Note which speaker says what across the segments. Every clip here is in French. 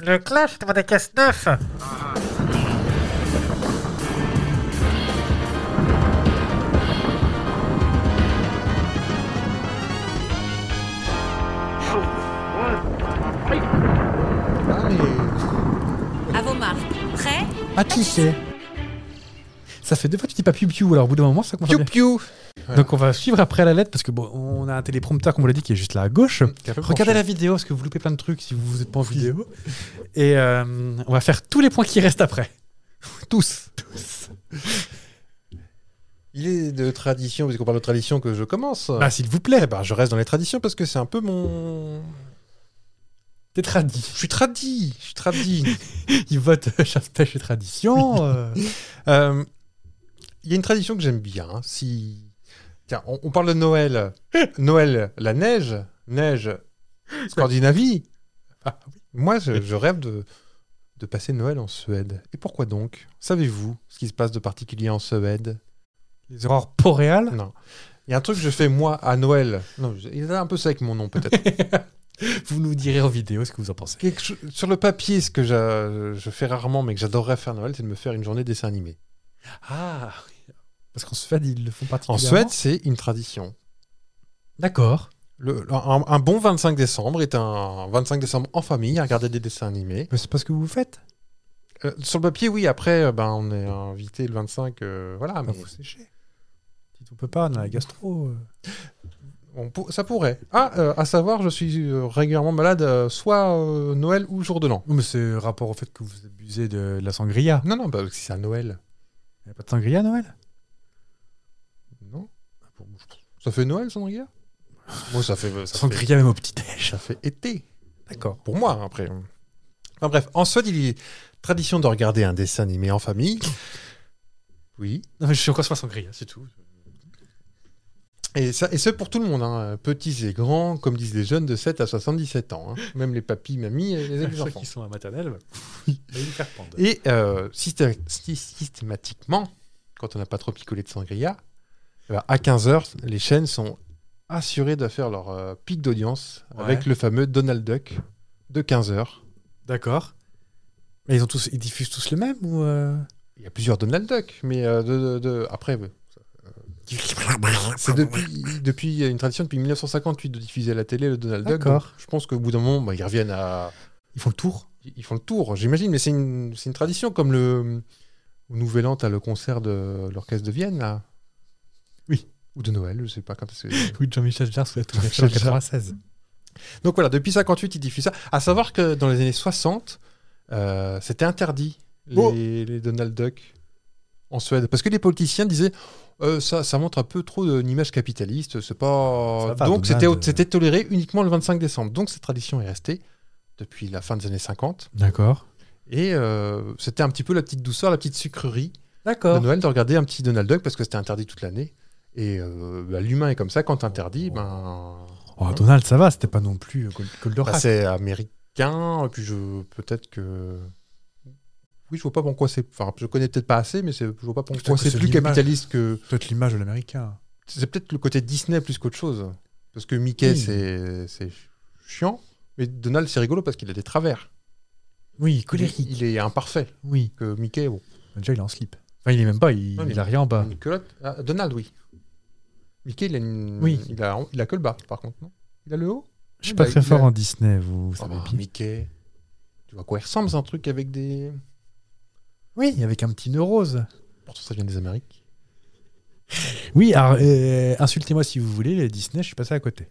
Speaker 1: Le clash dans des caisses neufs
Speaker 2: À vos marques. Prêt
Speaker 3: Ah, qui c'est Ça fait deux fois que tu dis pas piou piou, alors au bout d'un moment, ça commence à
Speaker 4: Piou
Speaker 3: bien.
Speaker 4: piou
Speaker 3: Donc on va suivre après la lettre, parce que bon, on a un téléprompteur, comme on l'a dit, qui est juste là à gauche. Regardez la vidéo, parce que vous loupez plein de trucs si vous vous êtes pas en vidéo. Et euh, on va faire tous les points qui restent après. Tous.
Speaker 4: Il est de tradition, parce qu'on parle de tradition que je commence.
Speaker 3: Bah, s'il vous plaît,
Speaker 4: Eh ben, je reste dans les traditions parce que c'est un peu mon.
Speaker 3: t'es tradit.
Speaker 4: Je suis tradit, je suis tradit.
Speaker 3: Il vote euh, chasse pêche et tradition. euh.
Speaker 4: Euh, Il y a une tradition que j'aime bien. hein, Si tiens, on, on parle de Noël, Noël, la neige, neige, Scandinavie. Ah, oui. Moi, je, je rêve de de passer Noël en Suède. Et pourquoi donc Savez-vous ce qui se passe de particulier en Suède
Speaker 3: Les aurores boréales.
Speaker 4: Non. Il y a un truc que je fais moi à Noël. Non, je- il est un peu sec mon nom peut-être.
Speaker 3: Vous nous direz en vidéo ce que vous en pensez.
Speaker 4: Quelque cho- sur le papier, ce que j'a- je fais rarement, mais que j'adorerais faire à Noël, c'est de me faire une journée dessin animé.
Speaker 3: Ah oui. Parce qu'en Suède, ils le font
Speaker 4: En
Speaker 3: particulièrement.
Speaker 4: Suède, c'est une tradition.
Speaker 3: D'accord.
Speaker 4: Le- un, un bon 25 décembre est un 25 décembre en famille à regarder des dessins animés.
Speaker 3: Mais c'est pas ce que vous faites.
Speaker 4: Euh, sur le papier, oui, après, euh, ben, on est invité le 25, euh, voilà, mais
Speaker 3: Bah, vous séchez. on peut pas, on a la gastro. euh.
Speaker 4: on pour- ça pourrait. Ah, euh, à savoir, je suis euh, régulièrement malade, euh, soit euh, Noël ou jour de l'an.
Speaker 3: Oui, mais c'est rapport au fait que vous abusez de, de la sangria.
Speaker 4: Non, non, bah, si c'est à Noël,
Speaker 3: Il a pas de sangria à Noël
Speaker 4: non Ah, Ça fait Noël, Sandria Moi, ça fait, ça, fait,
Speaker 3: Sangria même au petit-déj.
Speaker 4: ça fait été.
Speaker 3: D'accord.
Speaker 4: pour moi hein, après. Enfin bref, en Suède, il est tradition de regarder un dessin animé en famille. Oui.
Speaker 3: Non, mais je suis encore sur la sangria, c'est tout.
Speaker 4: Et, ça, et ce pour tout le monde, hein, petits et grands, comme disent les jeunes de 7 à 77 ans, hein. même les papis, mamies et les
Speaker 3: Ceux
Speaker 4: enfants.
Speaker 3: qui sont à maternelle, bah, ils vont faire pendre.
Speaker 4: Et euh, systé- sy- systématiquement, quand on n'a pas trop picolé de sangria, eh ben, à 15h, les chaînes sont assurées de faire leur euh, pic d'audience
Speaker 3: Ouais.
Speaker 4: avec le fameux Donald Duck de 15h.
Speaker 3: D'accord. Mais ils, ont tous, ils diffusent tous le même ou. euh,
Speaker 4: Il y a plusieurs Donald Duck, mais euh, de- de- de- après, euh, C'est depuis, depuis une tradition depuis 1958 de diffuser à la télé le Donald Duck.
Speaker 3: D'accord.
Speaker 4: Donc, Je pense qu'au bout d'un moment, bah, ils reviennent à.
Speaker 3: Ils font le tour
Speaker 4: Ils font le tour, j'imagine, mais c'est une, c'est une tradition comme le. Au Nouvel An, t'as le concert de l'orchestre de Vienne, là.
Speaker 3: Oui.
Speaker 4: Ou de Noël, je sais pas quand c'est.
Speaker 3: Oui, Jean-Michel Jarre souhaite tout
Speaker 4: Jean-Michel
Speaker 3: en 96.
Speaker 4: Donc voilà, depuis 58, ils diffusent ça. À savoir que dans les années 60, euh, c'était interdit, les,
Speaker 3: Oh.
Speaker 4: les Donald Duck, en Suède. Parce que les politiciens disaient. euh, ça, ça montre un peu trop d'une image capitaliste, c'est
Speaker 3: Ça
Speaker 4: pas.
Speaker 3: va pas,
Speaker 4: Donc
Speaker 3: Donald,
Speaker 4: c'était
Speaker 3: euh.
Speaker 4: c'était toléré uniquement le 25 décembre. Donc cette tradition est restée depuis la fin des années 50.
Speaker 3: D'accord.
Speaker 4: Et euh, c'était un petit peu la petite douceur, la petite sucrerie de
Speaker 3: D'accord.
Speaker 4: Noël de regarder un petit Donald Duck parce que c'était interdit toute l'année. Et euh, bah, l'humain est comme ça, quand interdit, ben.
Speaker 3: Oh, Donald, ça va, c'était pas non plus euh, Gold- Goldorak.
Speaker 4: Bah, c'est américain, et puis je peut-être que oui, je vois pas pourquoi c'est. Enfin, je connais peut-être pas assez, mais c'est- je vois pas pourquoi
Speaker 3: Peut-être que
Speaker 4: c'est
Speaker 3: c'est
Speaker 4: plus
Speaker 3: l'image.
Speaker 4: capitaliste que.
Speaker 3: peut-être l'image de l'américain.
Speaker 4: C'est peut-être le côté Disney plus qu'autre chose, parce que Mickey
Speaker 3: Oui.
Speaker 4: c'est c'est ch- chiant, mais Donald c'est rigolo parce qu'il a des travers.
Speaker 3: Oui,
Speaker 4: Il,
Speaker 3: colérique.
Speaker 4: il est imparfait.
Speaker 3: Oui.
Speaker 4: Que Mickey, bon.
Speaker 3: Déjà, il est en slip. Enfin, il est même pas, il,
Speaker 4: Ouais, mais-
Speaker 3: il a rien en bas.
Speaker 4: une culotte. Ah, Donald, oui. Mickey, il a une.
Speaker 3: Oui.
Speaker 4: Il a il a que le bas, par contre. Non il a le haut.
Speaker 3: Je suis
Speaker 4: bah,
Speaker 3: pas très
Speaker 4: il
Speaker 3: fort
Speaker 4: a-
Speaker 3: en Disney, vous, vous
Speaker 4: Oh,
Speaker 3: savez bien.
Speaker 4: Mickey. Tu vois à quoi il ressemble, c'est un truc avec des.
Speaker 3: Oui, avec un petit nœud rose.
Speaker 4: Pourtant, ça vient des Amériques.
Speaker 3: Oui, alors, euh, insultez-moi si vous voulez, les Disney, je suis passé à côté.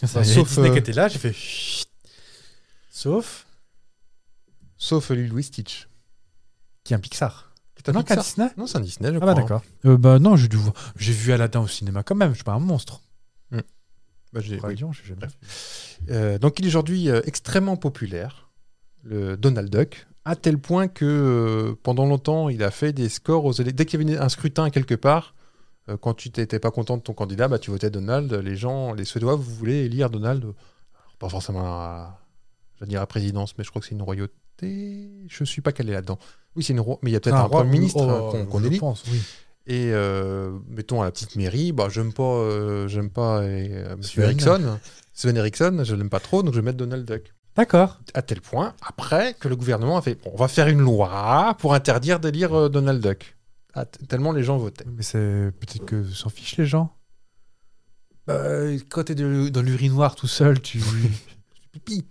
Speaker 4: Bah,
Speaker 3: sauf
Speaker 4: sauf,
Speaker 3: Disney
Speaker 4: euh,
Speaker 3: qui était là, j'ai fait. chut. Sauf.
Speaker 4: Sauf euh, Lilo et Stitch.
Speaker 3: Qui est un Pixar.
Speaker 4: Qui est un
Speaker 3: non, qu'un
Speaker 4: Pixar.
Speaker 3: Disney
Speaker 4: Non, c'est un Disney, je
Speaker 3: Ah,
Speaker 4: crois. hein.
Speaker 3: bah d'accord. Euh, bah non, j'ai dû voir- J'ai vu Aladdin au cinéma quand même, je suis pas un monstre.
Speaker 4: hein. Bah, j'ai- oui.
Speaker 3: Radiant, j'ai jamais
Speaker 4: Bref. Euh, donc il est aujourd'hui euh, extrêmement populaire, le Donald Duck, à tel point que euh, pendant longtemps, il a fait des scores aux éle- Dès qu'il y avait une- un scrutin quelque part, euh, quand tu t'étais pas content de ton candidat, bah, tu votais Donald. Les gens, les Suédois, vous voulez élire Donald. Alors, pas forcément à, je veux dire à la présidence, mais je crois que c'est une royauté. Je suis pas calé là-dedans. Oui, c'est une roi, mais il y a peut-être un,
Speaker 3: roi-
Speaker 4: premier ministre
Speaker 3: oh,
Speaker 4: euh, qu'on qu'on
Speaker 3: je
Speaker 4: élit.
Speaker 3: pense, oui.
Speaker 4: Et euh, mettons à la petite mairie, bah, j'aime pas, euh, j'aime pas euh, euh, Monsieur
Speaker 3: Sven.
Speaker 4: Erickson, Sven Erickson, je l'aime pas trop, donc je vais mettre Donald Duck.
Speaker 3: D'accord.
Speaker 4: À tel point, après, que le gouvernement a fait bon, on va faire une loi pour interdire d'élire euh, Donald Duck. Ah, t- tellement les gens votaient.
Speaker 3: Mais c'est peut-être que s'en fichent les gens. Bah, quand t'es de- dans l'urinoir tout seul, tu pipi.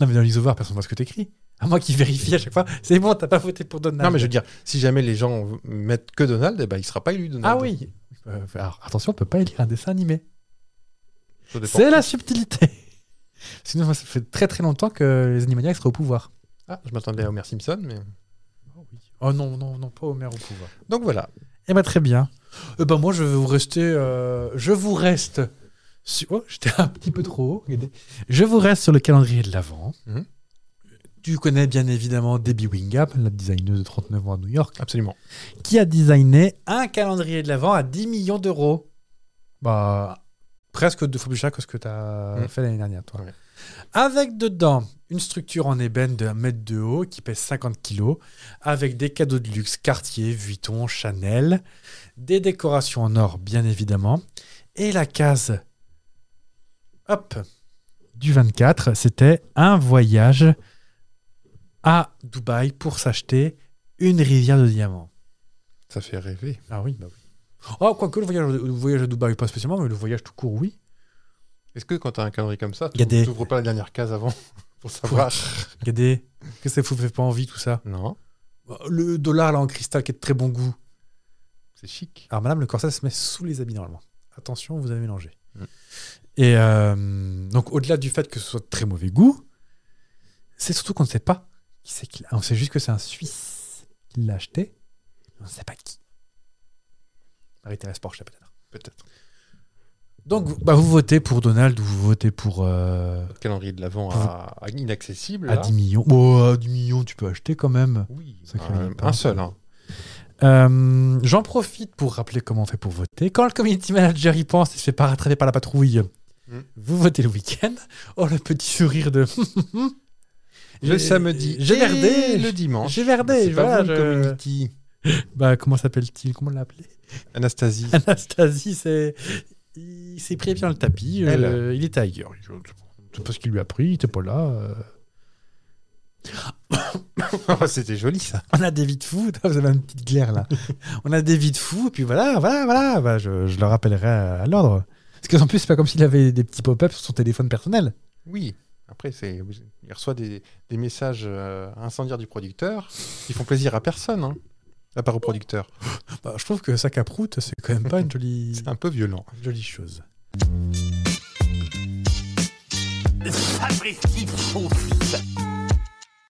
Speaker 3: Non mais dans l'isovar, personne voit ce que t'écris. À moi qui vérifie à chaque fois. C'est bon, t'as pas voté pour Donald.
Speaker 4: Non, mais je veux dire, si jamais les gens v- mettent que Donald, eh ben, il sera pas élu Donald.
Speaker 3: Ah oui. Euh, alors attention, on peut pas élire un dessin animé.
Speaker 4: Ça dépend.
Speaker 3: C'est la subtilité. Sinon, moi, ça fait très très longtemps que les animaniacs seraient au pouvoir.
Speaker 4: Ah, je m'attendais à Homer Simpson, mais.
Speaker 3: Oh, non, non, non, pas Homer au pouvoir.
Speaker 4: Donc voilà.
Speaker 3: Eh ben très bien. Eh ben moi je vais vous rester, euh, je vous reste. Sur... Oh, j'étais un petit peu trop haut. regardez. Je vous reste sur le calendrier de l'avant.
Speaker 4: Mhm.
Speaker 3: Tu connais bien évidemment Debbie Wingap, la designeuse de 39 ans à New York,
Speaker 4: Absolument.
Speaker 3: qui a designé un calendrier de l'avant à 10 millions d'euros. Bah presque deux fois plus cher que ce que tu as
Speaker 4: Mhm.
Speaker 3: fait l'année dernière, toi.
Speaker 4: Ouais.
Speaker 3: Hmm. Avec dedans une structure en ébène d'un mètre de haut qui pèse 50 kilos, avec des cadeaux de luxe Cartier, Vuitton, Chanel, des décorations en or bien évidemment, et la case hop, du 24, c'était un voyage à Dubaï pour s'acheter une rivière de diamants.
Speaker 4: Ça fait rêver.
Speaker 3: Ah oui, bah oui. Oh, quoique le voyage, le voyage à Dubaï, pas spécialement, mais le voyage tout court, oui.
Speaker 4: Est-ce que quand t'as un calendrier comme ça,
Speaker 3: Y a
Speaker 4: tu
Speaker 3: des-
Speaker 4: n'ouvres pas la dernière case avant pour savoir
Speaker 3: Regardez, qu'est-ce que ça vous fait pas envie tout ça Bah,
Speaker 4: Non,
Speaker 3: Le dollar là en cristal qui est de très bon goût.
Speaker 4: c'est chic.
Speaker 3: Alors, madame, le corset se met sous les habits normalement. Attention, vous avez mélangé.
Speaker 4: Mm.
Speaker 3: Et euh, donc, au-delà du fait que ce soit de très mauvais goût, c'est surtout qu'on ne sait pas qui c'est qui l'a. On sait juste que c'est un Suisse qui l'a acheté. mais On ne sait pas qui. Marie-Thérèse Porsche, peut-être.
Speaker 4: Peut-être.
Speaker 3: Donc, vous- bah, vous votez pour Donald ou vous votez pour euh,
Speaker 4: Le calendrier de l'avant à... à inaccessible.
Speaker 3: à
Speaker 4: là.
Speaker 3: 10 millions. Bon, à 10 millions, tu peux acheter quand même.
Speaker 4: Oui.
Speaker 3: Ça
Speaker 4: un-
Speaker 3: calendrier pas.
Speaker 4: un seul. hein.
Speaker 3: Euh, J'en profite pour rappeler comment on fait pour voter. Quand le community manager y pense, il se fait pas rattraper par la patrouille.
Speaker 4: Mm.
Speaker 3: Vous votez le week-end. Oh, le petit sourire de.
Speaker 4: Le samedi.
Speaker 3: J'ai
Speaker 4: et
Speaker 3: verdé.
Speaker 4: Le dimanche.
Speaker 3: J'ai verdé.
Speaker 4: C'est pas
Speaker 3: Voilà,
Speaker 4: vous, le
Speaker 3: je-
Speaker 4: community.
Speaker 3: Bah, comment s'appelle-t-il Comment on l'a appelé
Speaker 4: Anastasie.
Speaker 3: Anastasie, c'est. Il s'est pris bien le tapis. euh,
Speaker 4: Elle.
Speaker 3: il était ailleurs. Je je sais pas ce qu'il lui a pris. Il était pas là. euh.
Speaker 4: Oh, C'était joli ça.
Speaker 3: On a des vies de fous. Vous avez une petite glaire là. on a des vies de fous. Et puis voilà, voilà, voilà. Bah, je, je le rappellerai à, à l'ordre. Parce qu'en plus, c'est pas comme s'il avait des petits pop-ups sur son téléphone personnel.
Speaker 4: Oui. Après, c'est il reçoit des, des messages euh, incendiaires du producteur qui font plaisir à personne, hein, à part au producteur.
Speaker 3: Bah, je trouve que sac à prout, c'est quand même pas une jolie,
Speaker 4: C'est un peu violent.
Speaker 3: une jolie chose.